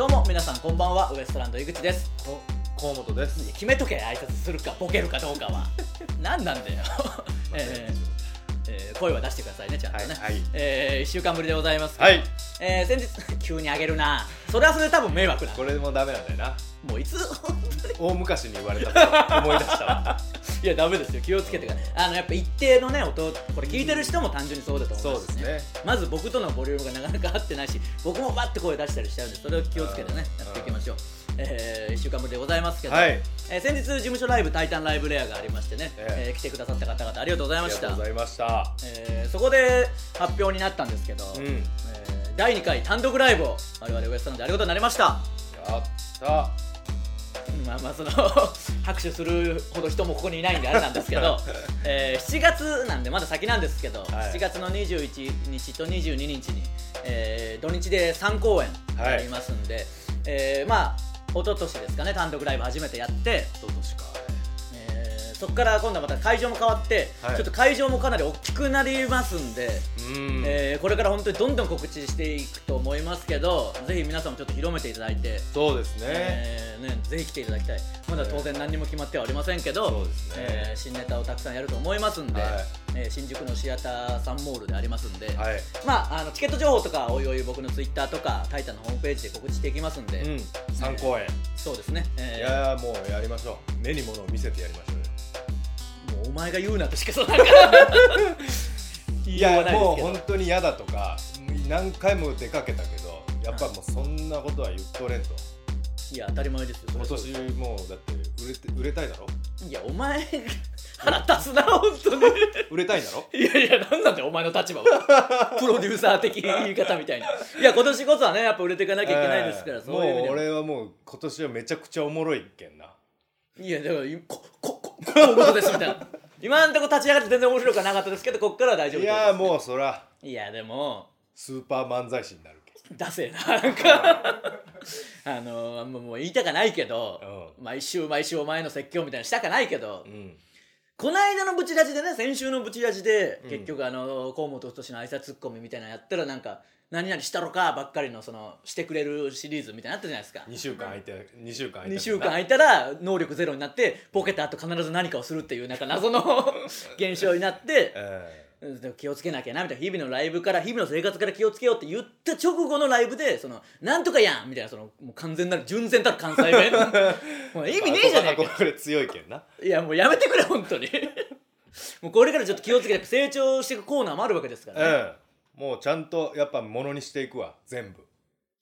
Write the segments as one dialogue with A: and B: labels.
A: こんばんはウエストランド井口です
B: こ河本です
A: 決めとけ挨拶するかボケるかどうか は何なんだよ、えーえー声は出してくださいねちゃんとね、
B: はいはい
A: え1週間ぶりでございますけど
B: はい
A: えー先日急にあげるなそれはそれで多分迷惑な
B: これもダメなんだよな
A: もういつ
B: 大昔に言われたこと思い出したわ
A: いやダメですよ気をつけてくださいあのやっぱ一定のね音これ聞いてる人も単純に そうだと
B: そう
A: 思います
B: ですね
A: まず僕とのボリュームがなかなか合ってないし僕もバッて声出したりしちゃうんでそれを気をつけてね
B: う
A: や
B: ん
A: っていきましょう、え1週間ぶりでございますけど、
B: はい
A: えー先日事務所ライブ「タイタンライブレア」がありましてね、
B: ええ
A: えー来てくださった方々ありがとうござい
B: あ
A: ま
B: りが
A: し
B: とう
A: た
B: ございました
A: えーそこで発表になったんですけど、
B: うん
A: えー第2回単独ライブを我々ウエストランドでやることになりました
B: やった
A: まあまあその 拍手するほど人もここにいないんであれなんですけど、えー7月なんでまだ先なんですけど、
B: はい
A: 7月の21日と22日に、えー土日で3公演
B: はい
A: ありますんで、えーまあ一昨年ですかね単独ライブ初めてやって、
B: どうとしか
A: えーそこから今度はまた会場も変わって、
B: はい
A: ちょっと会場もかなり大きくなりますんで、
B: うん
A: えーこれから本当にどんどん告知していくと思いますけどぜひ皆さんもちょっと広めていただいて。
B: そうですね
A: えーね、ぜひ来ていただきたいまだ当然何にも決まってはおりませんけど、
B: そうですね
A: えー新ネタをたくさんやると思いますんで、
B: はい
A: えー新宿のシアターサンモールでありますんで、
B: はい
A: まああのチケット情報とかはおいおい僕のツイッターとかタイタンのホームページで告知していきますんで、
B: うん3公演
A: そうですね、
B: い
A: えー
B: やーもうやりましょう目に物を見せてやりましょうよ
A: もうお前が言うなとしかそうなんか言いようがない
B: いや
A: です
B: もう
A: けど
B: 本当に嫌だとか何回も出かけたけどやっぱもうそんなことは言っとれんと
A: いや当たり前ですよそれ
B: 今
A: は
B: 年もうだって売れて売れたいだろ
A: いやお前 が腹立つな本当に
B: 売れたいんだろ
A: いやいや、なんなんだよ、お前の立場は。 プロデューサー的言い方みたいな。いや、今年こそはね、やっぱ売れていかなきゃいけないですから、
B: えー
A: そういう意味
B: もう
A: で
B: 俺はもう今年はめちゃくちゃおもろいっけんな
A: も。いや、だから、こ、こ、こ、こういうことですみたい な。今のとこ立ち上がって全然面白くはなかったですけど、こっからは大丈夫
B: いやー
A: う。
B: もうそら
A: いや、でも、
B: スーパー漫才師になるけ
A: ダセえな、なんか。 あのー、もうもう言いたかないけど、
B: う
A: 毎週毎週お前の説教みたいなのしたかないけど、
B: うん
A: この間のブチラジでね先週のブチラジで、
B: うん
A: 結局あの河本太の挨拶ツッコミみたいなのやったらなんか「何々したろか」ばっかりのそのしてくれるシリーズみたいなのあったじゃないですか
B: 2週間空いて2週間空いて
A: 2週間空いたら能力ゼロになってボケた後必ず何かをするっていうなんか謎 の現象になって
B: え
A: うんでも気をつけなきゃなみたいな日々のライブから日々の生活から気をつけようって言った直後のライブでそのなんとかやんみたいなそのもう完全なる純然たる関西 弁もう
B: ー
A: 意味ねえじゃねえか
B: これ強いけんない
A: やもうやめてくれ本当に もうこれからちょっと気をつけてやっぱ成長していくコーナーもあるわけですからね、
B: ええもうちゃんとやっぱものにしていくわ全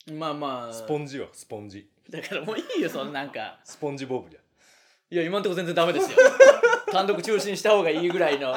B: 部
A: まあまあ
B: スポンジよスポンジ
A: だからもういいよそんなんか
B: スポンジボブじゃ
A: いや今んとこ全然ダメ ですよ単独中心した方がいいぐらいの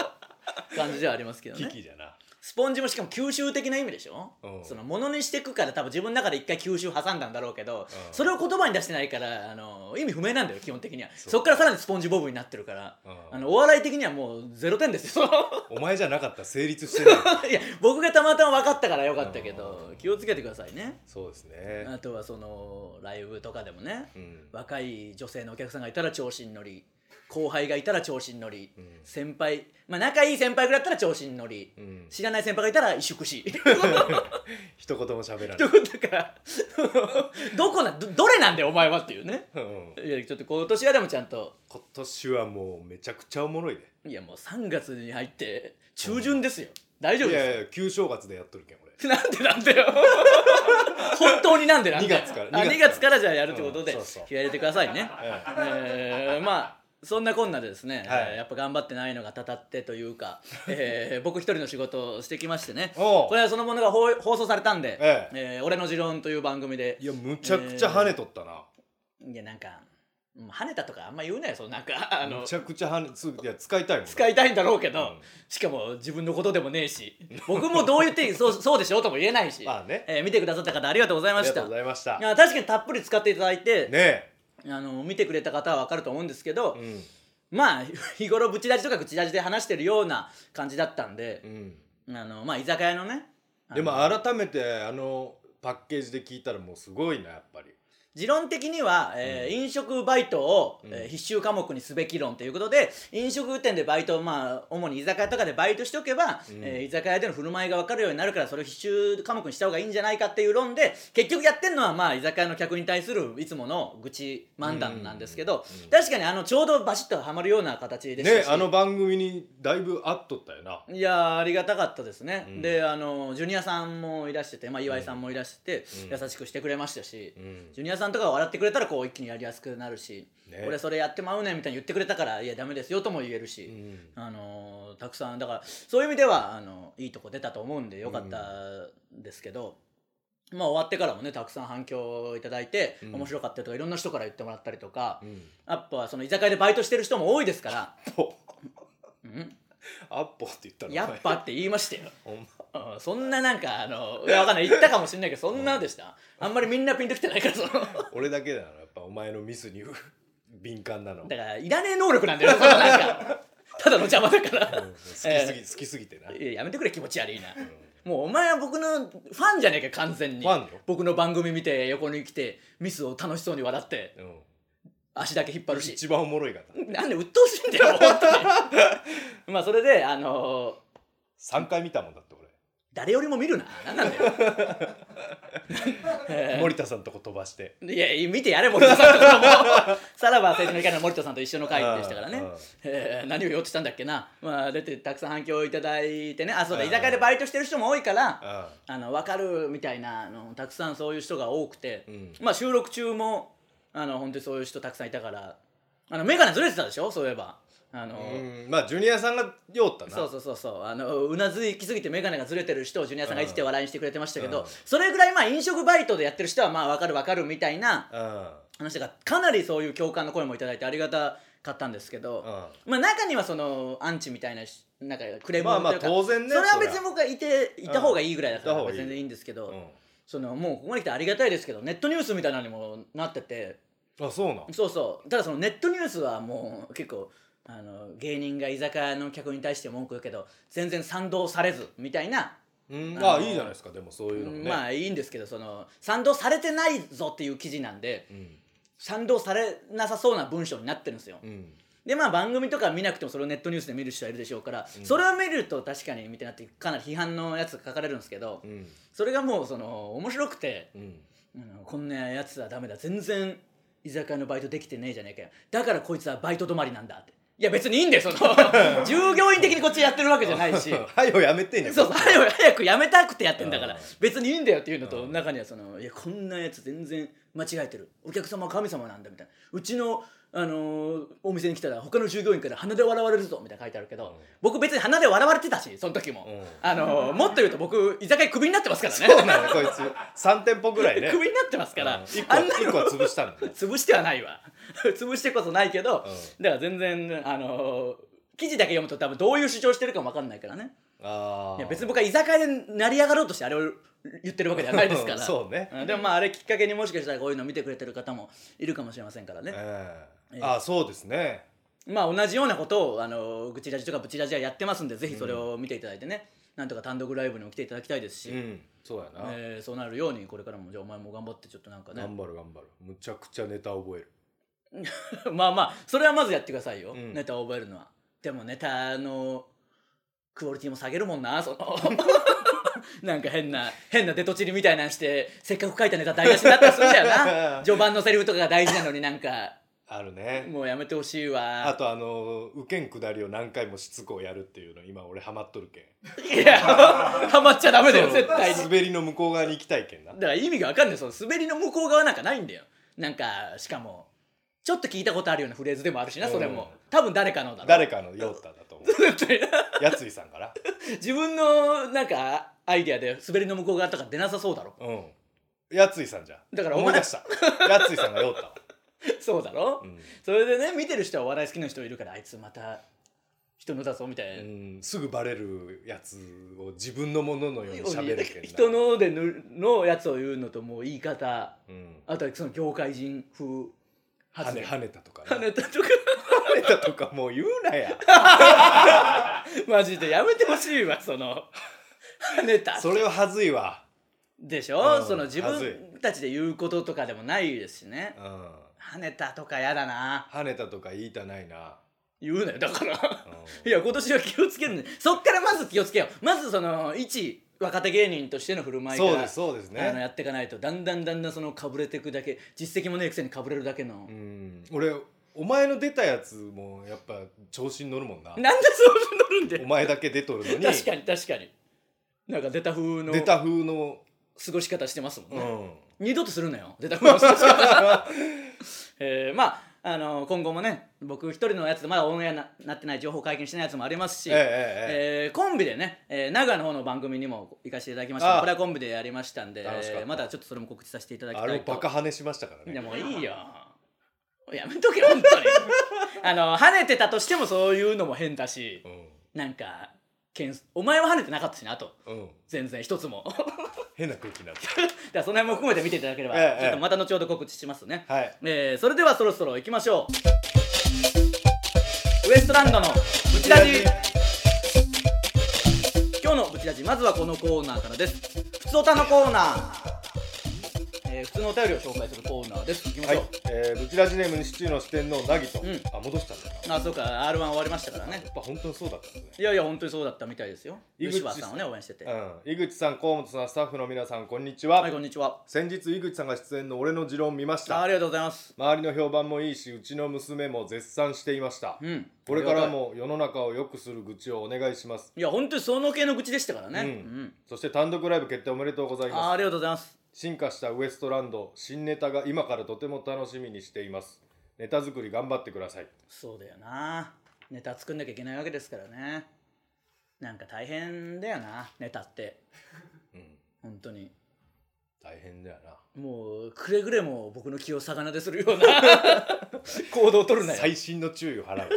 A: 感じではありますけど
B: キ
A: ね
B: キじゃな
A: スポンジもしかも吸収的な意味でしょ
B: うん
A: そのものにしていくから多分自分の中で一回吸収挟んだんだろうけど
B: うん
A: それを言葉に出してないからあの意味不明なんだよ基本的にはそっからさらにスポンジボブになってるから
B: うん
A: あのお笑い的にはもうゼロ点ですよ
B: お前じゃなかったら成立してな い
A: いや僕がたまたま分かったからよかったけど気をつけてくださいね
B: そうですね
A: あとはそのライブとかでもね
B: うん
A: 若い女性のお客さんがいたら調子に乗り後輩がいたら調子に乗り、
B: ん
A: 先輩まあ仲いい先輩ぐらいだったら調子に乗り、
B: うん
A: 知らない先輩がいたら萎縮し
B: 一言も喋らな
A: だ
B: い
A: から どこなどどれなんだよお前はっていうね
B: うん
A: いやちょっと今年はでもちゃんと
B: 今年はもうめちゃくちゃおもろいで
A: いやもう3月に入って中旬ですよ、大丈夫
B: い
A: です
B: やいや旧正月でやっとるけん俺
A: なんでなん だよ本当になんでなんだよ
B: 2月から
A: あ2
B: 2月
A: 月
B: か
A: からじゃあやるってことで
B: うんそうそう
A: 気合い入れてくださいね、
B: ええ
A: えーまあそんなこんなでですね、
B: はい
A: えーやっぱ頑張ってないのがたたってというか、えー僕一人の仕事をしてきましてね
B: おう
A: これはそのものが放放送されたんで「
B: え
A: えー俺の持論」という番組で
B: いやむちゃくちゃ跳ねとったな、
A: いやなんかうん跳ねたとかあんま言うなよそのなんかあの
B: むちゃくちゃ跳ねついや使いたいもん
A: 使いたいんだろうけど、
B: うん
A: しかも自分のことでもねえし僕もどう言っていいそうそうでしょとも言えないし、
B: まあね
A: えー見てくださった方ありがとうござい
B: あ
A: ま
B: り
A: し
B: がと
A: た
B: うございました
A: い
B: ね
A: や確かにたっぷり使っていただいて、
B: え
A: あの見てくれた方は分かると思うんですけど、
B: うん
A: まあ 日頃ブチラジとか口ラジで話してるような感じだったんで
B: う、ん
A: あのまあ居酒屋のね
B: でも
A: あの
B: 改めてあのパッケージで聞いたらもうすごいなやっぱり
A: 持論的には、えー飲食バイトを、えー
B: うん
A: 必修科目にすべき論ということで飲食店でバイトまあ主に居酒屋とかでバイトしておけば、
B: うん
A: えー居酒屋での振る舞いが分かるようになるからそれを必修科目にした方がいいんじゃないかっていう論で結局やってるのはまあ居酒屋の客に対するいつもの愚痴漫談なんですけど、
B: うんうん
A: 確かにあのちょうどバシッとはまるような形でした
B: ね
A: し、
B: あの番組にだいぶ合っとったよない
A: やーありがたかったですね、
B: うん
A: であのジュニアさんもいらしてて、まあ、岩井さんもいらしてて、
B: うん
A: 優しくしてくれましたし、
B: うん
A: ジュニアさんとかが笑ってくれたらこう一気にやりやすくなるし、
B: ね
A: 俺それやってまうねんみたいに言ってくれたからいやダメですよとも言える
B: う
A: し、
B: ん
A: あのーたくさんだからそういう意味ではあのいいとこ出たと思うんでよかったですけど、まあ終わってからもねたくさん反響をいただいて、
B: うん
A: 面白かったよとかいろんな人から言ってもらったりとか、
B: うん
A: やっぱその居酒屋でバイトしてる人も多い ですから
B: アッポ
A: 「うん、
B: アッポって言ったの
A: やっぱ」って言いました よ。
B: お前ほんま
A: うんそんななんかあのいやわかんない言ったかもしれないけどそんなでした、あんまりみんなピンときてないからそのだ
B: 俺だけだなやっぱお前のミスに 敏感なのうん好
A: からいらねえ能力なんだよそのなんかただの邪魔だから、
B: きすぎ好きすぎてない
A: ややめてくれ気持ち悪いな、もうお前は僕のファンじゃねえか完全に
B: ファンよ
A: 僕の番組見て横に来てミスを楽しそうに笑って
B: うん
A: 足だけ引っ張るし
B: 一番おもろい方
A: なんで鬱陶しいんだよ本当にまあそれであの
B: 3回見たもんだって
A: 誰よりも見るななん なんだよ
B: 俺森田さんとこ飛ばして
A: いや見てやれ森田さんとかもさらば青春の光の森田さんと一緒の回でしたからね
B: うんうん、
A: え ー何を言おうとしたんだっけな、まあ、出てたくさん反響をいただいてねあそうだ
B: うん
A: 居酒屋でバイトしてる人も多いから
B: あ
A: あの分かるみたいなあのたくさんそういう人が多くて、
B: うん
A: まあ、収録中もあの本当にそういう人たくさんいたからあの眼鏡ずれてたでしょそういえば。あの
B: うんまあジュニアさんが酔ったな
A: そうそうそうそうあのうなずいきすぎて眼鏡がずれてる人をジュニアさんがいじって笑いにしてくれてましたけど、
B: うん
A: それぐらいまあ飲食バイトでやってる人はまあ分かる分かるみたいな
B: う
A: 話がかなりそういう共感の声もいただいてありがたかったんですけど、
B: んうん
A: まあ、中にはそのアンチみたいなしなんかクレーム
B: まあまあ
A: というか
B: 当然ね
A: それは
B: そりゃ
A: 別に僕はいていた方がいいぐらいだか
B: うん
A: ら
B: いた方がいい
A: 全然いいんですけど、
B: う
A: そのもうここまで来てありがたいですけどネットニュースみたいなのにもなってて
B: んあそうなん
A: そうそうただそのネットニュースはもう結構あの芸人が居酒屋の客に対して文句言うけど全然賛同されずみたいな、
B: うん
A: あ
B: あ
A: の
B: いいじゃないですかでもそういうのもね
A: まあいいんですけどその賛同されてないぞっていう記事なんで
B: うん
A: 賛同されなさそうな文章になってるんですよ。
B: うん
A: でまあ番組とか見なくてもそれをネットニュースで見る人はいるでしょうから、それを見ると確かにみたいになってかなり批判のやつが書かれるんですけど、
B: うん
A: それがもうその面白くて、
B: うん
A: あのこんなやつはダメだ全然居酒屋のバイトできてねえじゃねえかよだからこいつはバイト止まりなんだっていや別にいいんだよそ の従業員的にこっちやってるわけじゃないし
B: はよやめてんねん
A: そうそう早く早くやめたくてやってんだから
B: うん
A: 別にいいんだよっていうのと
B: うん
A: 中にはそのいやこんなやつ全然間違えてるお客様は神様なんだみたいなうちの、あのーお店に来たら他の従業員から鼻で笑われるぞみたいな書いてあるけど、
B: うん
A: 僕別に鼻で笑われてたしその時も、
B: うん
A: あのーもっと言うと僕居酒屋クビになってますからね
B: そうなのこいつ3店舗ぐらいね
A: クビになってますから、
B: うん一個
A: あ
B: は
A: んな
B: 一個は潰したのね
A: 潰してはないわ 潰してこそないけど、
B: う
A: だから全然あのー記事だけ読むと多分どういう主張してるかも分かんないからね
B: ああ
A: いや別に僕は居酒屋で成り上がろうとしてあれを言ってるわけじゃないですから
B: そうね
A: んでもまああれきっかけにもしかしたらこういうの見てくれてる方もいるかもしれませんからね、
B: え
A: え
B: えあそうですね
A: まあ同じようなことをあのー愚痴ラジとかブチラジはやってますんでぜひそれを見ていただいてね、なんとか単独ライブにも来ていただきたいですし、
B: うんそうやな
A: えーそうなるようにこれからもじゃあお前も頑張ってちょっとなんかね
B: 頑張る頑張るむちゃくちゃネタ覚え る
A: まあまあそれはまずやってくださいよ、
B: うん
A: ネタを覚えるのはでもネタのクオリティも下げるもんなそ のなんか変な変な出とちりみたいなんしてせっかく書いたネタ台無しになったりするんだよ な序盤のセリフとかが大事なのになんか
B: あるね
A: もうやめてほしいわ
B: あとあの受けんくだりを何回もしつこやるっていうの今俺ハマっとるけん
A: い やハマっちゃダメだよ 絶対に
B: 滑りの向こう側に行きたいけんな
A: だから意味がわかんないその滑りの向こう側なんかないんだよなんかしかもちょっと聞いたことあるようなフレーズでもあるしなそれも、
B: うん
A: 多分誰かのだろう
B: 誰かのヨータだと思う やついさんから
A: 自分のなんかアイデアで滑りの向こう側とか出なさそう だろ
B: うんやついさんじゃん
A: だからお前
B: 思い出し たやついさんが酔ったわ、
A: そうだろ、
B: うん
A: それでね見てる人はお笑い好きな人いるからあいつまた人のだぞみたいな、
B: うんすぐバレるやつを自分のもののように喋るけんな
A: 人、のでぬのやつを言うのともう言い方
B: うん、
A: あとはその業界人風
B: 跳
A: 発
B: ね
A: 言
B: 跳ねたとか
A: 跳
B: ね、
A: ねたとか
B: 跳ねたとかもう言うなや
A: マジでやめてほしいわその跳ねた
B: それははずいわ
A: でしょ、
B: うん
A: その自
B: はず
A: 分たちで言うこととかでもないですしね
B: うん
A: 跳ねたとかやだな
B: 跳ねたとか言いたないな、
A: 言うなよだから
B: うん
A: いや今年は気をつけるねそっからまず気をつけようまずその一若手芸人としての振る舞いか
B: そうで
A: ら
B: すそうです
A: あの
B: ね
A: やっていかないとだんだんだんだんそのかぶれていくだけ実績もねえくせにかぶれるだけの
B: う、ん俺お前の出たやつもやっぱ調子に乗るもんな
A: なんでそういうの乗る
B: お
A: ん
B: 前だけ出とるのに
A: で 確かに確かになんか出た風の
B: 出た風の
A: 過ごし方してますもん
B: う
A: ね、
B: ん
A: 二度とするなよ出た風の過ごし方、 えー、まああの今後もね僕一人のやつでまだオンエアななってない情報解禁してないやつもありますし、
B: えええええ
A: えーコンビでね、えー、名古屋の方の番組にも行かせていただきました
B: ああ
A: これはコンビでやりましたんで
B: 楽しかった
A: えーまたちょっとそれも告知させていただき
B: あ
A: た
B: れ
A: い
B: を
A: と
B: バカ跳ねしましたから
A: いや
B: ね
A: もういいよやめとけ本当に あの跳ねてたとしてもそういうのも変だし
B: う
A: なんかけんお前は跳ねてなかったしなあと
B: んうん
A: 全然一つも だか
B: 変な空気になっ
A: らその辺も含めて見ていただければ、
B: ええ
A: ちょっとまた後ほど告知しますね、
B: たはい
A: えーそれではそろそろ行きましょうウエストランドのブチラジ今日のブチラジまずはこのコーナーからです普通おたのコーナー、えー、普通のお便りを紹介するコーナーです行きま
B: は
A: し
B: い
A: ょう、、
B: えー、ブチラジネームにシチューの四天王なぎと、
A: ん
B: あ戻したんだなや
A: あそうか r 1終わりましたからね
B: っぱ本当にそうだったんです
A: いやいや本当にそうだったみたいですよ
B: 井口
A: 吉羽さんをね応援してて、
B: ねうん井口さん河本さんスタッフの皆さんこんにちは、
A: はいこんにちは
B: 先日井口さんが出演の俺の持論見まし
A: ああ
B: た
A: りがとうございます
B: 周りの評判もいいしうちの娘も絶賛していました、
A: うん
B: これからも世の中を良くする愚痴をお願いします
A: いや本当にその系の愚痴でしたからね、
B: う
A: うんん
B: そして単独ライブ決定おめでとうござい
A: あー
B: ま
A: ありがとうございます
B: す進化したウエストランド新ネタが今からとても楽しみにしていますネタ作り頑張ってください
A: そうだよなネタ作んなきゃいけないわけですからねなんか大変だよなネタって
B: うん
A: 本当に
B: 大変だよ
A: もうくれぐれも僕の気を逆なでするような行動を取る
B: な
A: なよ
B: 最新の注意を払う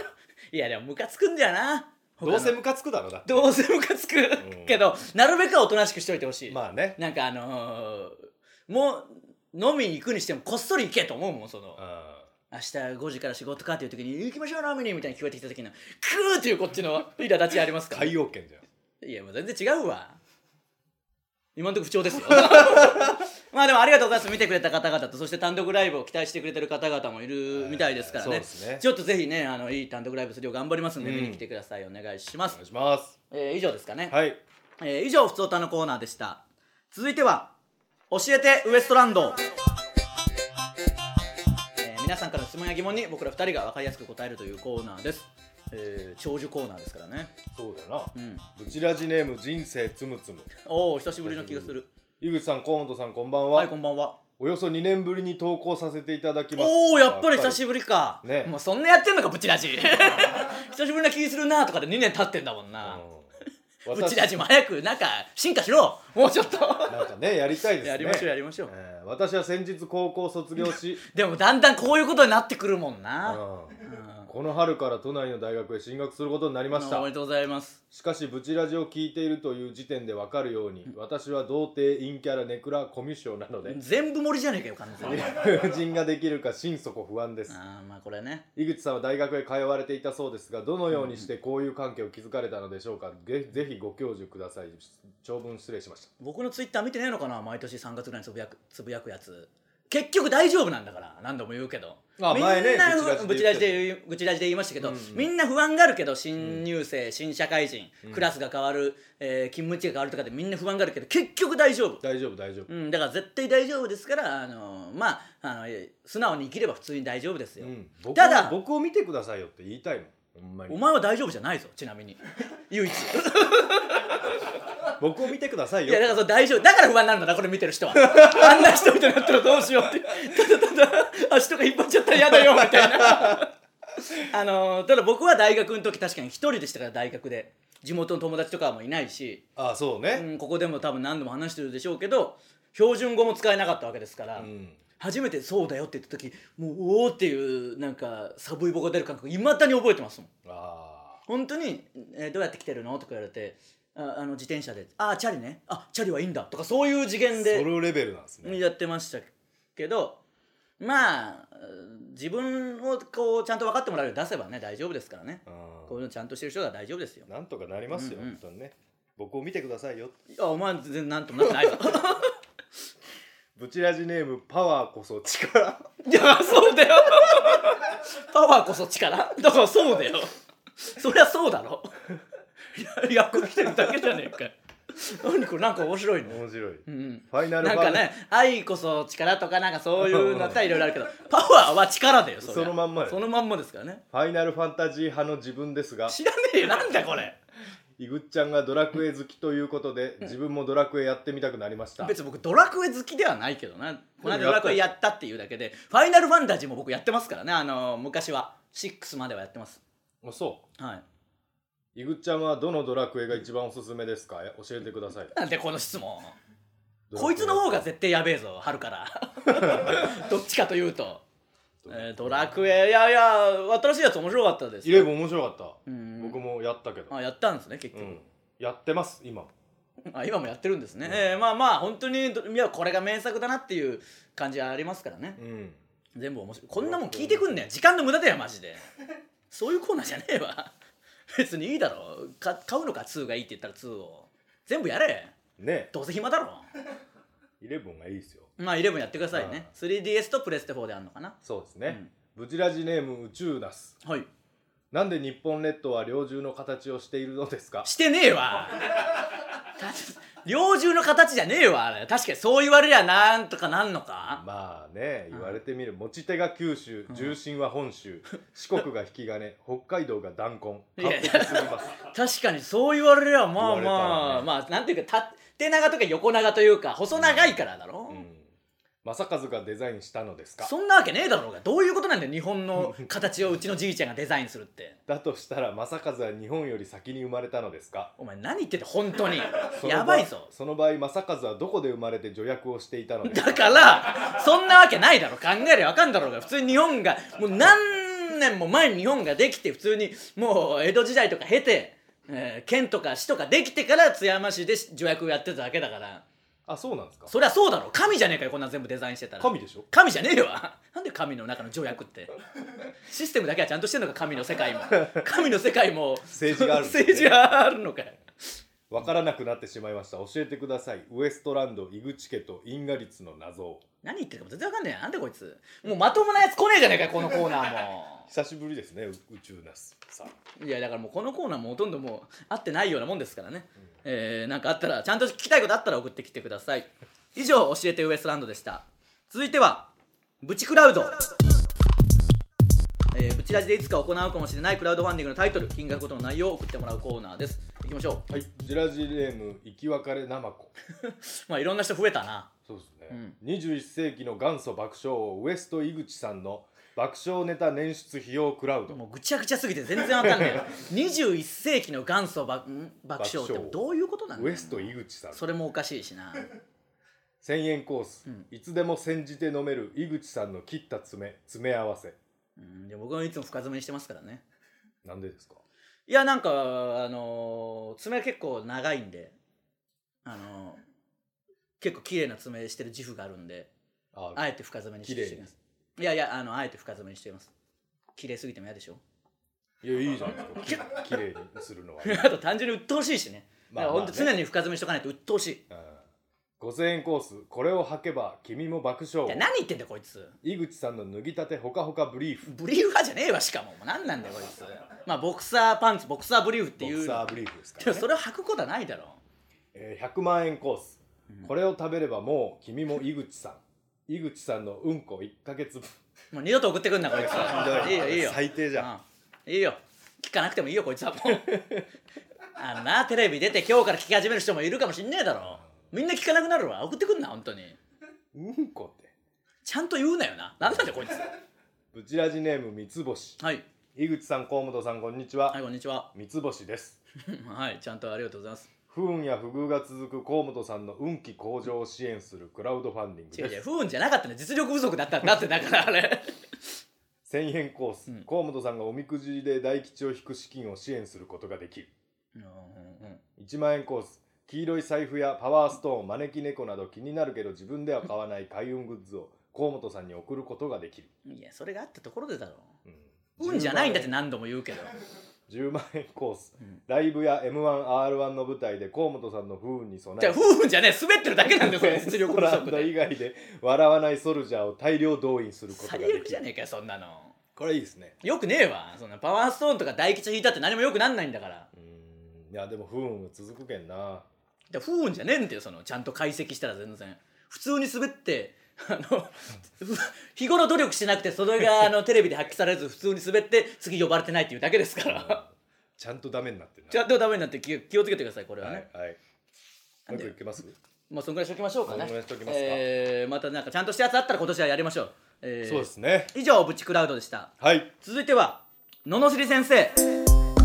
A: いやでもムカつくんだよな 他
B: ど
A: の
B: うせムカつくだろうな
A: どうせムカつく、
B: ん
A: けどなるべくはおとなしくしといてほしい、
B: まあね
A: なんかあのーもう飲みに行くにしてもこっそり行けと思うもんその
B: う
A: 明日5時から仕事かっていう時に行きましょう飲みにみたいに聞こえてきた時のクーっていうこっちの苛立ちあります
B: ん
A: から
B: 海洋圏だよ
A: いやもう全然違うわ今のとこ不調 ですよまあでもありがとうございます見てくれた方々とそして単独ライブを期待してくれてる方々もいるみたいですから
B: そう
A: ね,、
B: ですね
A: ちょっとぜひねあのいい単独ライブするよう頑張りますんで、
B: うん
A: 見に来てくださいお願いしま
B: お
A: す
B: 願い、します
A: えー以上ですかね、
B: はい
A: えー以上ふつおたのコーナーでした続いては教えてウエストランド、えー皆さんからの質問や疑問に僕ら2人が分かりやすく答えるというコーナーです、えー長寿コーナーですからね
B: そうだよ
A: う
B: な、
A: ん
B: ブチラジネーム人生つむつむ
A: おお久しぶりの気がする
B: 井口さん河本さんこんばんは、
A: はいこんばんは
B: およそ2年ぶりに投稿させていただきます
A: おおやっぱり久しぶりか
B: ね
A: もうそんなやってんのかブチラジ 久しぶりな気するなとかで2年経ってんだもんな、
B: うん
A: ブチラジも早くなんか進化しろもうちょっと
B: なんかねやりたいですね
A: やりましょうやりましょう、
B: えー私は先日高校卒業し、
A: でもだんだんこういうことになってくるもん
B: う
A: な、
B: ん
A: うん
B: この春から都内の大学へ進学することになりました
A: おめでとうございます
B: しかしブチラジを聞いているという時点でわかるように私は童貞陰キャラネクラコミュ障なので
A: 全部森じゃねえかよ完全に
B: 友人ができるか心底不安です
A: ああまあこれね
B: 井口さんは大学へ通われていたそうですがどのようにして交友関係を築かれたのでしょうかぜぜひご教授ください長文失礼しました
A: 僕のツイッター見てねえのかな毎年3月ぐらいにつぶやくつぶやくやつ結局大丈夫なんだから何度も言うけど
B: あ
A: みん
B: 前ね
A: な
B: ブ
A: ぶ
B: チ
A: ち
B: ラ
A: ラジ
B: ジ
A: で
B: で
A: 言い愚痴ラジで言いましたけど、
B: うんうん
A: みんな不安があるけど新入生、新社会人、クラスが変わる、えー勤務地が変わるとかでみんな不安があるけど結局大丈夫、
B: 大丈夫大丈夫
A: うん、だから絶対大丈夫ですから、あのーまああのえー素直に生きれば普通に大丈夫ですよ、
B: うん、僕
A: ただ
B: を僕を見てくださいよって言いたいもんほんまに
A: お前は大丈夫じゃないぞちなみに唯一
B: 僕を見てください
A: い
B: よ
A: やだからそう大丈夫だから不安になるんだなこれ見てる人 はあんな人みたいになったらどうしようってただただ足とか引っ張っちゃったら嫌だよみたい なあのーただ僕は大学の時確かに一人でしたから大学で地元の友達とかもいないし、
B: あそう
A: う
B: ね、
A: ん、ここでも多分何度も話してるでしょうけど標準語も使えなかったわけですから、
B: うん
A: 初めて「そうだよ」って言った時もう「おお」っていうなんか寒いボコ出る感覚いまだに覚えてますもん
B: あ
A: 本当に、えーどうやって来てるの?」とか言われて「ああの自転車で」「ああチャリねあチャリはいいんだ」とかそういう次元
B: ー
A: で
B: ソロレベルなんですね、
A: やってましたけどまあうん自分をこうちゃんと分かってもらえるように出せばね大丈夫ですからねこういうのちゃんとしてる人が大丈夫ですよ
B: うん、なんとかなりますよ、
A: うんうん
B: 本当にね僕を見てくださいよ
A: いやお前全然なんともなってないぞ
B: ブチラジネームパワーこそ力
A: いやそうだよ パワーこそ力 だからそうだよそりゃそうだろ いや役来てるだけじゃねえかよ 何これなんか面白いの
B: 面白いフ
A: うん
B: ァイナル
A: な
B: ファ
A: ん
B: ン
A: かね愛こそ力とかなんかそういうのだったらいろいろあるけどパワーは力だよそりゃ
B: そのまんまよ
A: そのまんまですからね
B: ファイナルファンタジー派の自分ですが
A: 知らねえよなんだこれ
B: イグッちゃんがドラクエ好きということで自分もドラクエやってみたくなりました
A: 別に僕ドラクエ好きではないけどなこの間
B: でも
A: ド
B: やった
A: ラクエやったっていうだけでファイナルファンタジーも僕やってますからねあの昔は6まではやってます
B: あそ
A: はい、
B: うイグッちゃんはどのドラクエが一番おすすめですかえ教えてください
A: なんでこの質問
B: ドラクエ
A: こいつの方が絶対やべえぞ春から どっちかというと、えードラクエいやいや新しいやつ面白かったです
B: イレブン面白かった
A: うん
B: 僕もやったけど
A: あやったんですね結
B: う
A: 局、
B: んやってます今
A: あ今もやってるんですね、えーまあまあ本当にどいやこれが名作だなっていう感じはありますからね
B: うん
A: 全部面白いこんなもん聞いてくんねん時間の無駄だよマジでそういうコーナーじゃねえわ 別にいいだろか買うのか2がいいって言ったら2を全部やれ
B: ね
A: どうせ暇だろ
B: イレブンがいいですよ
A: まあ11やってくださいね 3DS とプレステ4であるのかな
B: そうですねブチラジネーム宇宙ナス
A: はい
B: なんで日本列島は猟銃の形をしているのですか
A: してねえわ 猟銃の形じゃねえわあれ確かにそう言われりゃなんとかなんのか
B: まあね言われてみる持ち手が九州重心は本 州四国が引き金北海道が弾痕
A: いや
B: 完璧すぎます
A: 確かにそう言われりゃまあ
B: 言われた
A: まあ、
B: らね
A: まあなんていうか縦長とか横長というか細長いからだろ、
B: うん正和がデザインしたのですか
A: そんなわけねえだろうがどういうことなんだよ日本 の形をうちのじいちゃんがデザインするって
B: だとしたら正和は日本より先に生まれたのですか
A: お前何言ってて本当に
B: その場合
A: やばいぞ
B: その場合正和はどこで生まれて助役をしていたのです
A: だ
B: か
A: からそんなわけないだろ考えりゃわかんだろうが普通に日本がもう何年も前に日本ができて普通にもう江戸時代とか経て、えー県とか市とかできてから津山市で助役をやってただけだから
B: あそうなんですか
A: そりゃそうだろ神じゃねえかよこんな全部デザインしてたら
B: 神でしょ
A: 神じゃねえよなんで神の中の条約ってシステムだけはちゃんとしてんのか神の世界も神の世界も
B: 政治があるんですね
A: 政治があるのかよ
B: わからなくなってしまいました教えてくださいウエストランド井口家と因果律の謎を
A: 何言ってるかも全然わかんねえななんでこいつもうまともなやつ来ねえじゃねえかよこのコーナーも
B: 久しぶりですねう宇宙ナスさん
A: いやだからもうこのコーナーもほとんどもう合ってないようなもんですからね、えー、なんかあったらちゃんと聞きたいことあったら送ってきてください以上教えてウエストランドでした続いてはブチクラウドえー、ブチラジでいつか行うかもしれないクラウドファンディングのタイトル金額ごとの内容を送ってもらうコーナーですいきましょう
B: はい、ジラジネーム生き別れなまこ
A: まあいろんな人増えたな
B: そうですね、21世紀の元祖爆笑王ウエスト井口さんの爆笑ネタ捻出費用クラウド
A: もうぐちゃぐちゃすぎて全然わかん ない21世紀の元祖爆ん爆笑って
B: 爆笑
A: どういうことなんだ
B: ウ
A: よ
B: エスト井口さん
A: それもおかしいしな
B: 1000円コース、いつでも煎じて飲める井口さんの切った爪詰め合わせ
A: うんで僕はいつも深爪にしてますからね
B: なんでですか
A: いやなんかあのー爪結構長いんであのー結構綺麗な爪してる自負があるんで
B: あ
A: あえて深爪にし
B: 綺麗
A: ていますいやいやあのあえて深爪にしています綺麗すぎても嫌でしょ
B: いやいいじゃないですかききれいにする のは、
A: あと単純に鬱陶しいしねだ
B: まあ
A: からほんと
B: まあね
A: 常に深爪しとかないと鬱陶しい,、
B: うん、5000円コースこれを履けば君も爆笑
A: いや何言ってんだよこいつ
B: 井口さんの脱ぎたてほかほかブリーフ
A: ブリーフ派じゃねえわしかももう何なんだよこいつまあボクサーパンツボクサーブリーフって
B: ボ
A: い
B: ク
A: う
B: サーブリーフですか
A: で
B: ら、
A: も
B: ね
A: それを履くことはないだろ
B: えー100万円コース、これを食べればもう君も井 口さん井口さんのうんこ1ヶ月分
A: もう二度と送ってくんなこい ついいよいいよ
B: 最低じゃん、
A: うんいいよ聞かなくてもいいよこいつはも うあのなテレビ出て今日から聞き始める人もいるかもしんねえだろみんな聞かなくなるわ送ってくんな本当に
B: うんこって
A: ちゃんと言うなよな何なんだよこいつ
B: ブチラジネーム三つ星
A: はい
B: 井口さん河本さんこんにちは、
A: はいこんにちは
B: 三つ星です
A: はいちゃんとありがとうございます
B: 不運や不遇が続く河本さんの運気向上を支援するクラウドファンディング
A: 違う違
B: で
A: う
B: す
A: 不運じゃなかったね実力不足だったん だってだからあれ
B: 1000円コース、河本さんがおみくじで大吉を引く資金を支援することができる
A: うんうんうん
B: 1万円コース黄色い財布やパワーストーン招き猫など気になるけど自分では買わない開運グッズを河本さんに送ることができる、
A: いやそれがあったところでだろ
B: うん
A: 運じゃないんだって何度も言うけど
B: 10万円コース
A: うん
B: ライブや m 1 r 1の舞台で河本さんの不運に備
A: じゃ
B: え
A: あ夫婦じゃねえ滑ってるだけ なんです
B: ウ
A: よ
B: エ
A: 実
B: ス
A: 力不
B: トラン
A: 足
B: ド
A: で
B: 以外で笑わないソルジャーを大量動員することが
A: 最
B: できる
A: 悪じゃねえかよそんなの
B: これいいですね
A: よくねえわそんなパワーストーンとか大吉引いたって何もよくなんないんだから
B: うーんいやでも不運は続くけんな
A: で不運じゃねえんだよそのちゃんと解析したら全然普通に滑って あの日頃努力しなくてそれがあ のテレビで発揮されず普通に滑って次呼ばれてないっていうだけですから
B: ちゃんとダメになってるな
A: ちゃんとダメになって気を気をつけてくださいこれは
B: は
A: ね、
B: いはい
A: なん
B: も
A: で
B: う一個いけます
A: まあそんぐらいしときましょうかね
B: そんぐらいしときますか
A: えーまたなんかちゃんとしたやつあったら今年はやりましょう、えー
B: そうですね
A: 以上ブチクラウドでした
B: はい
A: 続いては罵り先生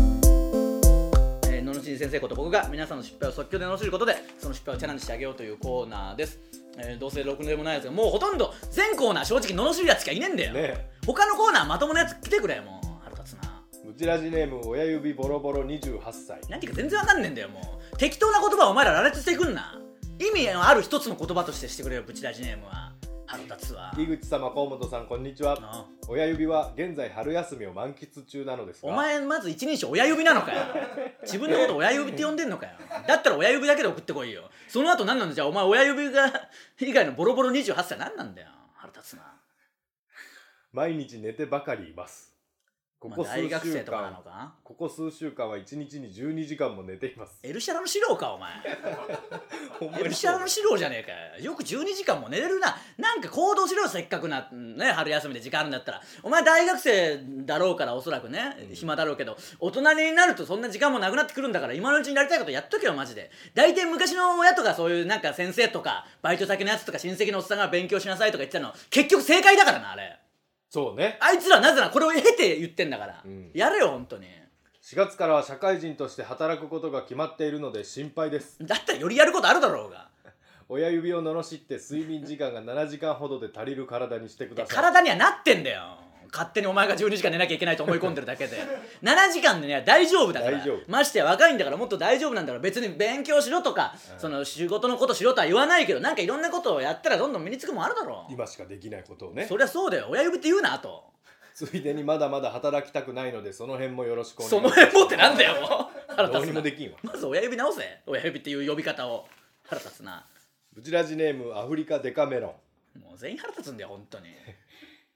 A: えー罵り先生こと僕が皆さんの失敗を即興で罵ることでその失敗をチャレンジしてあげようというコーナーです、えーどうせろくでもないやつがもうほとんど全コーナー正直罵るやつしかいねえんだよ、
B: ね
A: 他のコーナーまともなやつ来てくれもう腹立つな
B: ブチラジネーム親指ボロボロ28歳
A: 何ていうか全然わかんねえんだよもう適当な言葉をお前ら羅列してくんな意味のある一つの言葉としてしてくれよブチラジネームは腹立つわ
B: 井口様河本さんこんにちは
A: あ
B: 親指は現在春休みを満喫中なのですが
A: お前まず一人称親指なのかよ自分のこと親指って呼んでんのかよだったら親指だけで送ってこいよその後何なんだじゃあお前親指が以外のボロボロ28歳何なんだよ腹立つな、
B: 毎日寝てばかりいますこ
A: まあ
B: こ数
A: 大学生
B: 週
A: とかなの
B: 間
A: か
B: ここ数週間は1日に12時間も寝ています
A: エルシャラの資料かお前
B: ほんま
A: エル
B: に
A: シャラの資料じゃねえかよよく12時間も寝れるななんか行動しろよせっかくなね春休みで時間あるんだったらお前大学生だろうからおそらくね暇だろうけど大人になるとそんな時間もなくなってくるんだから今のうちにやりたいことやっとけよマジで大体昔の親とかそういうなんか先生とかバイト先のやつとか親戚のおっさんが勉強しなさいとか言ってたの結局正解だからなあれ
B: そうね
A: あいつらなぜならこれを経て言ってんだから、
B: うん
A: やれよ本当に
B: 4月からは社会人として働くことが決まっているので心配です
A: だったらよりやることあるだろうが
B: 親指を罵って睡眠時間が7時間ほどで足りる体にしてく
A: いや
B: ださい
A: 体にはなってんだよ勝手にお前が12時間寝なきゃいけないと思い込んでるだけ で7時間でね大丈夫だから
B: 大丈夫
A: ましてや若いんだからもっと大丈夫なんだから別に勉強しろとか、その仕事のことしろとは言わないけどなんかいろんなことをやったらどんどん身につくもんあるだろう、
B: 今しかできないことをね
A: そりゃそうだよ親指って言うなあと
B: ついでにまだまだ働きたくないのでその辺もよろしくお願い
A: その辺もってなんだよもう腹
B: どう
A: 立
B: に
A: つ
B: も
A: な
B: できんわ
A: まず親指直せ親指っていう呼び方を腹立つな
B: ブチラジネームアフリカデカメロン
A: もう全員腹立つんだよ本 当に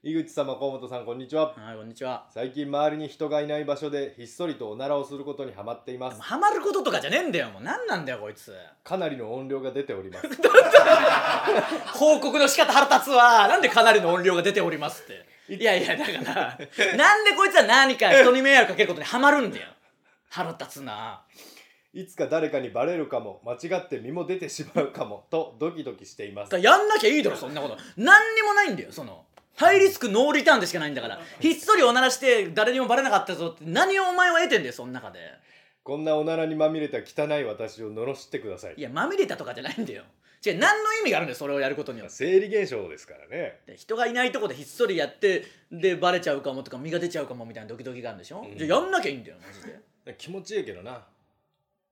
B: 井口様河本さんこんにちは
A: はいこんにちは
B: 最近周りに人がいない場所でひっそりとおならをすることにハマっていま
A: もう
B: す
A: ハマることとかじゃねえんだよもう何なんだよこいつ
B: かなりの音量が出ております
A: 報告の仕方腹立つわなんでかなりの音量が出ておりますっていやいやだからなんでこいつは何か人に迷惑かけることにハマるんだよ腹立つない
B: つか誰かにバレるかも間違って身も出てしまうかもとドキドキしています
A: だからやんなきゃいいだろそんなこと何にもないんだよそのハイリスクノーリターンでしかないんだからひっそりおならして誰にもバレなかったぞって何をお前は得てんだよその中で
B: こんなおならにまみれた汚い私を罵ってください
A: いやまみれたとかじゃないんだよ違う何の意味があるんだよそれをやることには
B: 生理現象ですからね
A: で人がいないとこでひっそりやってでバレちゃうかもとか身が出ちゃうかもみたいなドキドキがあるんでしょ、じゃあやんなきゃいいんだよマジで
B: 気持ちいいけどな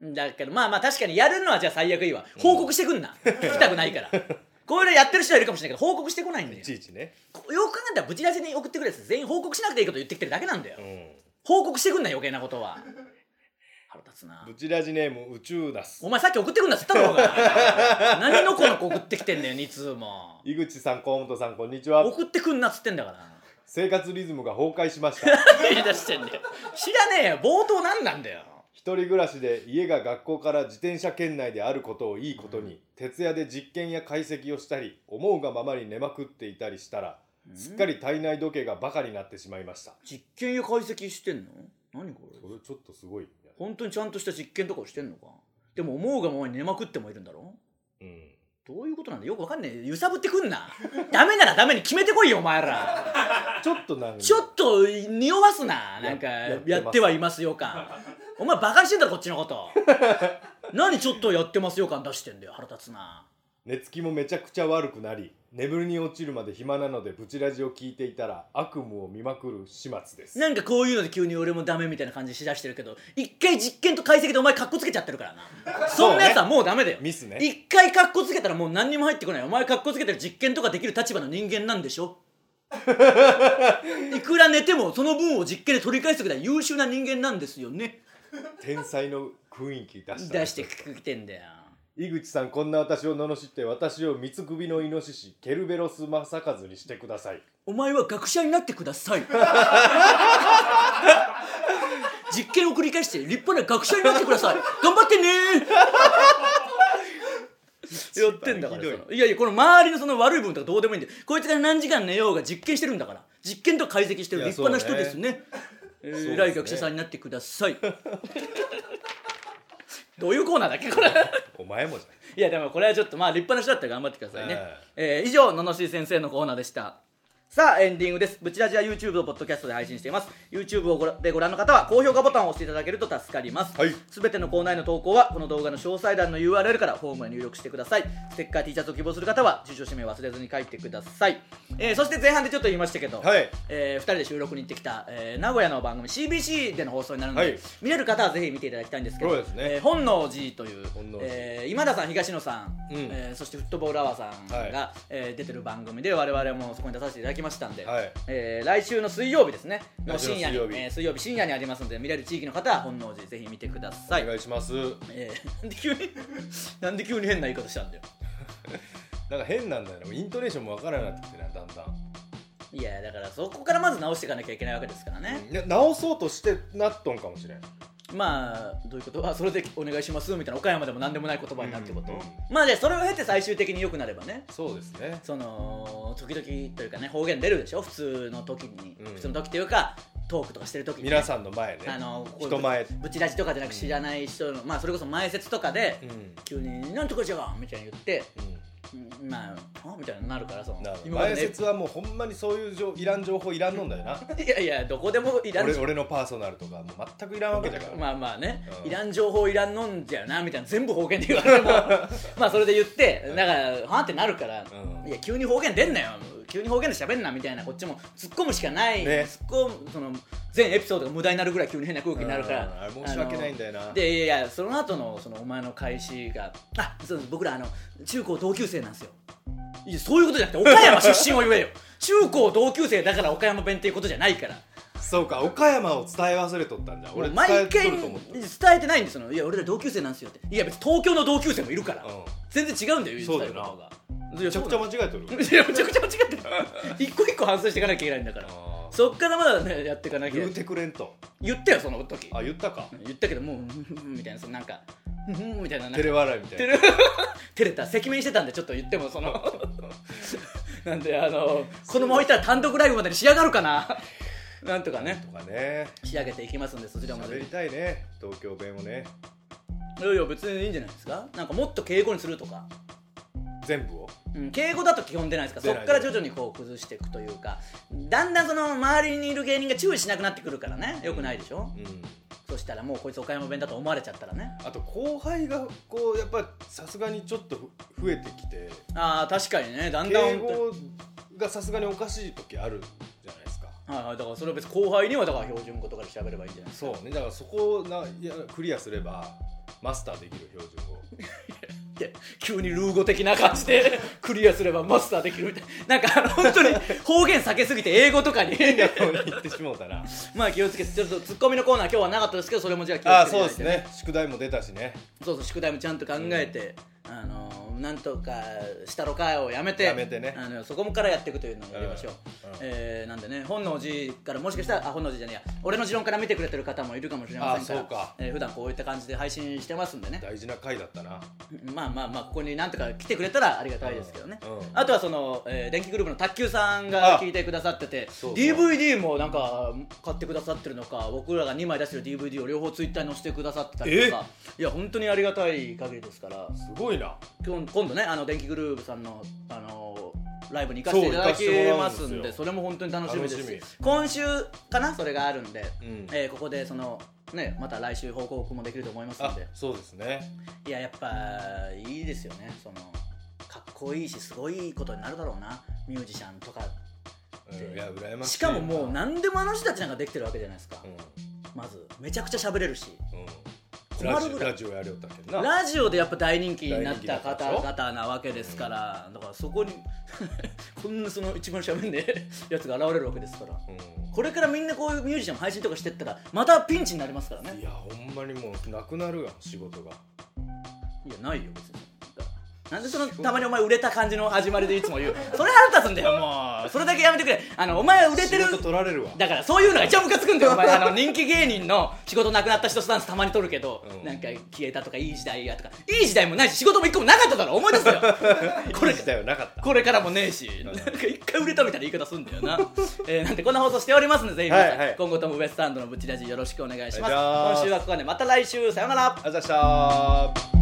A: だけどまあまあ確かにやるのはじゃあ最悪いいわ報告してく んな、聞きたくないからこういうのやってる人はいるかもしれないけど報告してこないんだよ
B: い
A: よ
B: ちいちね
A: く考えたらブチラジに送ってくるやつ全員報告しなくていいこと言ってきてるだけなんだよ、
B: うん
A: 報告してくんな余計なこと は腹立つな
B: ブチラジネーム宇宙ナス
A: お前さっき送ってくんなっつっただろう が何のこのこ送ってきてんだよ2通も
B: 井口さん河本さんこんにちは
A: 送ってくんなっつってんだから
B: 生活リズムが崩壊しました
A: 何言い出してんだよ知らねえよ冒頭何なんだよ
B: 一人暮らしで家が学校から自転車圏内であることをいいことに、徹夜で実験や解析をしたり思うがままに寝まくっていたりしたら、すっかり体内時計がバカになってしまいました
A: 実験や解析してんの何これ
B: それちょっとすごい、
A: 本当にちゃんとした実験とかをしてんのかでも思うがままに寝まくってもいるんだろ
B: うん、
A: どういうことなんだよくわかんねえ揺さぶってくん なダメならダメに決めてこいよお前ら
B: ちょっとなんか
A: ちょっと匂わすななんか
B: やってます
A: やってはいますよ感お前バカにしてんだろこっちのこと 何ちょっとやってますよ感出してんだよ腹立つな
B: 寝つきもめちゃくちゃ悪くなり眠りに落ちるまで暇なのでブチラジを聞いていたら悪夢を見まくる始末です
A: なんかこういうので急に俺もダメみたいな感じしだしてるけど一回実験と解析でお前カッコつけちゃってるからなそんなやつはもうダメだよ
B: ミスね
A: 一回カッコつけたらもう何にも入ってこないお前カッコつけてる実験とかできる立場の人間なんでしょいくら寝てもその分を実験で取り返すぐらい優秀な人間なんですよね
B: 天才の雰囲気出した
A: 出してきてんだよ
B: 井口さんこんな私を罵って私を三つ首のイノシシケルベロスマサカズにしてください
A: お前は学者になってください実験を繰り返して立派な学者になってください頑張ってねやってんだから
B: 一番ひど
A: さいやいやこの周りのその悪い部分とかどうでもいいんでこいつが何時間寝ようが実験してるんだから実験と解析してる
B: いや
A: 立派な人ですねえ
B: そう
A: ー
B: ね
A: 偉い学者さんになってくだ さいどういうコーナーだっけこれ
B: お前もじ
A: いやでもこれはちょっとまあ立派な人だったら頑張ってくださいね
B: はい、
A: えー以上ののしい先生のコーナーでしたさあエンディングですブチラジは YouTube とポッドキャストで配信しています YouTube をご覧でご覧の方は高評価ボタンを押していただけると助かります
B: はい
A: すべてのコーナーへの投稿はこの動画の詳細欄の URL からフォームへ入力してくださいステッカー T シャツを希望する方は住所氏名を忘れずに書いてください、えーそして前半でちょっと言いましたけど、
B: ゃんはい
A: えー、2人で収録に行ってきた、えー名古屋の番組 CBC での放送になるので、
B: はい
A: 見れる方はぜひ見ていただきたいんですけど
B: そうですね
A: えー本能寺という
B: 本能寺
A: えー今田さん東野さん、
B: うん
A: えーそしてフットボールアワーさんが、
B: は
A: えー出てる番組で我々もそこに出させていただきましたんで、
B: はい
A: えー来週の水曜日ですねの
B: 来週の
A: 深夜に
B: 水曜日
A: えー水曜日深夜にありますので見れる地域の方は本能寺ぜひ見てください
B: お願いします
A: えーなんで急に なんで急に変な言い方したんだよ
B: なんか変なんだよねイントネーションもわからなくなってきてなだんだん
A: いやだからそこからまず直していかなきゃいけないわけですからね、
B: いや直そうとしてなっとんかもしれん
A: まあどういうことあそれでお願いしますみたいな岡山でも何でもない言葉になるってこと、
B: うんうん
A: まあでそれを経て最終的に良くなればね
B: そうですね
A: その時々というかね方言出るでしょ普通の時に、
B: うん
A: 普通の時というかトークとかしてる時に、
B: 皆さんの前ね
A: あのこういう
B: 人前
A: ぶち出しとかじゃなく知らない人の、まあそれこそ前説とかで、
B: うん、
A: 急に「なんとかじゃが!」みたいに言って「
B: う
A: んまああ」みたいになるからその
B: ん、なるほど
A: 今まで
B: 前
A: ね
B: 説はもうほんまにそういう情いらん情報いらんのんだよな
A: いやいやどこでもいらん
B: 俺俺のパーソナルとかもう全くいらんわけだから、
A: まあまあね、
B: うん
A: いらん情報いらんのんじゃよなみたいな全部方言で言われ てもまあそれで言ってだからはあってなるから、
B: うん
A: いや急に方言出んなよ急に方言で喋んなみたいなこっちも突っ込むしかない、
B: ね
A: 突っ込むその全エピソードが無駄になるぐらい急に変な空気になるから、
B: うんあれ申し訳ないんだよな
A: あのでいやいやその後のそのお前の返しがあそう僕らあの中高同級生なんですよいやそういうことじゃなくて岡山出身を言えよ中高同級生だから岡山弁っていうことじゃないから
B: そうか岡山を伝え忘れとったんだ
A: 俺
B: 俺伝
A: 毎
B: え
A: 回
B: とると
A: 伝
B: 思った
A: えてないんですよいや俺ら同級生なんですよっていや別に東京の同級生もいるから、
B: うん
A: 全然違うんだよ言
B: そうだ
A: 伝える
B: よな
A: 方が
B: めちゃくちゃ
A: い
B: 間違えとる
A: や そうなのいやめちゃくちゃ間違ってる 一個一個反省していかなきゃいけないんだから
B: あー
A: そっからまだねやっていかなきゃ
B: 言うてくれんと
A: 言ったよその時
B: あ言ったか
A: 言ったけどもううんみたいなそのなんかうんみたいななん
B: 照
A: か
B: れ笑いみたいな
A: 照照れた赤面してたんでちょっと言っても そのなんであのこのままいったら単独ライブまでに仕上がるかななんとかね
B: とかね
A: 仕上げていきますんでそちらも
B: 喋りたいね東京弁をね
A: いやいや別にいいんじゃないですかなんかもっと敬語にするとか、
B: 全部を
A: うん、敬語だと基本出ないですか
B: 出
A: そ
B: ない
A: っから徐々にこう崩していくというかだんだんその周りにいる芸人が注意しなくなってくるからねよくないでしょ、
B: うん
A: そしたらもうこいつ岡山弁だと思われちゃったらね
B: あと後輩がこうやっぱさすがにちょっとふ増えてきて
A: ああ確かにねだんだん
B: 敬
A: 本当に
B: 語がさすがにおかしい時あるじゃないですか
A: はいはいだからそれは別に後輩にはだから標準語とかで喋ればいいんじゃないです
B: そうねだからそこをないやクリアすればマスターできる標準語
A: かで急にルー語的な感じで クリアすればマスターできるみたいななんかあの本当に方言避けすぎて英語とかに
B: 言ってしもうたら
A: まあ気をつけてちょっとツッコミのコーナー今日はなかったですけどそれもじゃあ気を
B: ああ
A: つけていた
B: そう
A: だい
B: で
A: て
B: すね宿題も出たしね
A: そうそう宿題もちゃんと考えて、あのーなんとかしたろかをやめて
B: やめてね
A: あのそこもからやっていくというのをやりましょう、
B: うんうん
A: えーなんでね本能寺からもしかしたらあ本能寺じゃねえや俺の持論から見てくれてる方もいるかもしれませんから
B: あそうか
A: えー普段こういった感じで配信してますんでね
B: 大事な回だったな
A: まあまあまあここになんとか来てくれたらありがたいですけどね、
B: うんうん
A: あとはその、えー電気グループの卓球さんが
B: あ
A: 聞いてくださってて
B: そうそう
A: DVD もなんか買ってくださってるのか僕らが2枚出してる DVD を両方ツイッターに載せてくださってたりとかいや本当にありがたい限りですから
B: すごいな
A: 今日今度ねあの電気グループさんのあのライブに行かせていただきますんで
B: そう行かせてもらうんですよ
A: それも本当に楽しみです
B: 楽しみ
A: 今週かなそれがあるんで、
B: うん
A: えーここでそのねまた来週報告もできると思いますん
B: あ
A: で
B: そうですね
A: いややっぱいいですよねそのかっこいいしすごいことになるだろうなミュージシャンとか
B: うんいや羨ましい
A: しかももう何でもあの人たちなんかできてるわけじゃないですか、
B: う
A: まずめちゃくちゃ喋れるし
B: んうん
A: 困
B: ラ
A: る
B: ジ
A: ぐ
B: オ
A: らい
B: ラジオやりよったけどな
A: ラジオでやっぱ大人気になった方
B: 大人気だ
A: 々なわけですから、だからそこに こんなその一番しゃべんねえやつが現れるわけですから
B: うん
A: これからみんなこういうミュージシャンも配信とかしてったらまたピンチになりますからね
B: いやほんまにもうなくなるやん仕事が
A: いやないよ別になんでそのたまにお前売れた感じの始まりでいつも言うそれ腹立つんだよもうそれだけやめてくれあのお前は売れてる
B: 仕事取られるわ
A: だからそういうのが一番ムカつくんだ よお前あの人気芸人の仕事なくなった人スタンスたまに取るけど、
B: うん
A: なんか消えたとかいい時代やとかいい時代もないし仕事も一個もなかっただろ 思い出すよこれ
B: 自体はなかった
A: これからもねえし、なんか一回売れたみたいな言い方すんだよ な。えー、なんてこんな放送しておりますので、ぜひ皆さん、
B: はいはい
A: 今後ともウエストランドのブチラジよろしくお願いします。
B: お願いします
A: 今週はここまで、また来週、さようなら。
B: あざしたー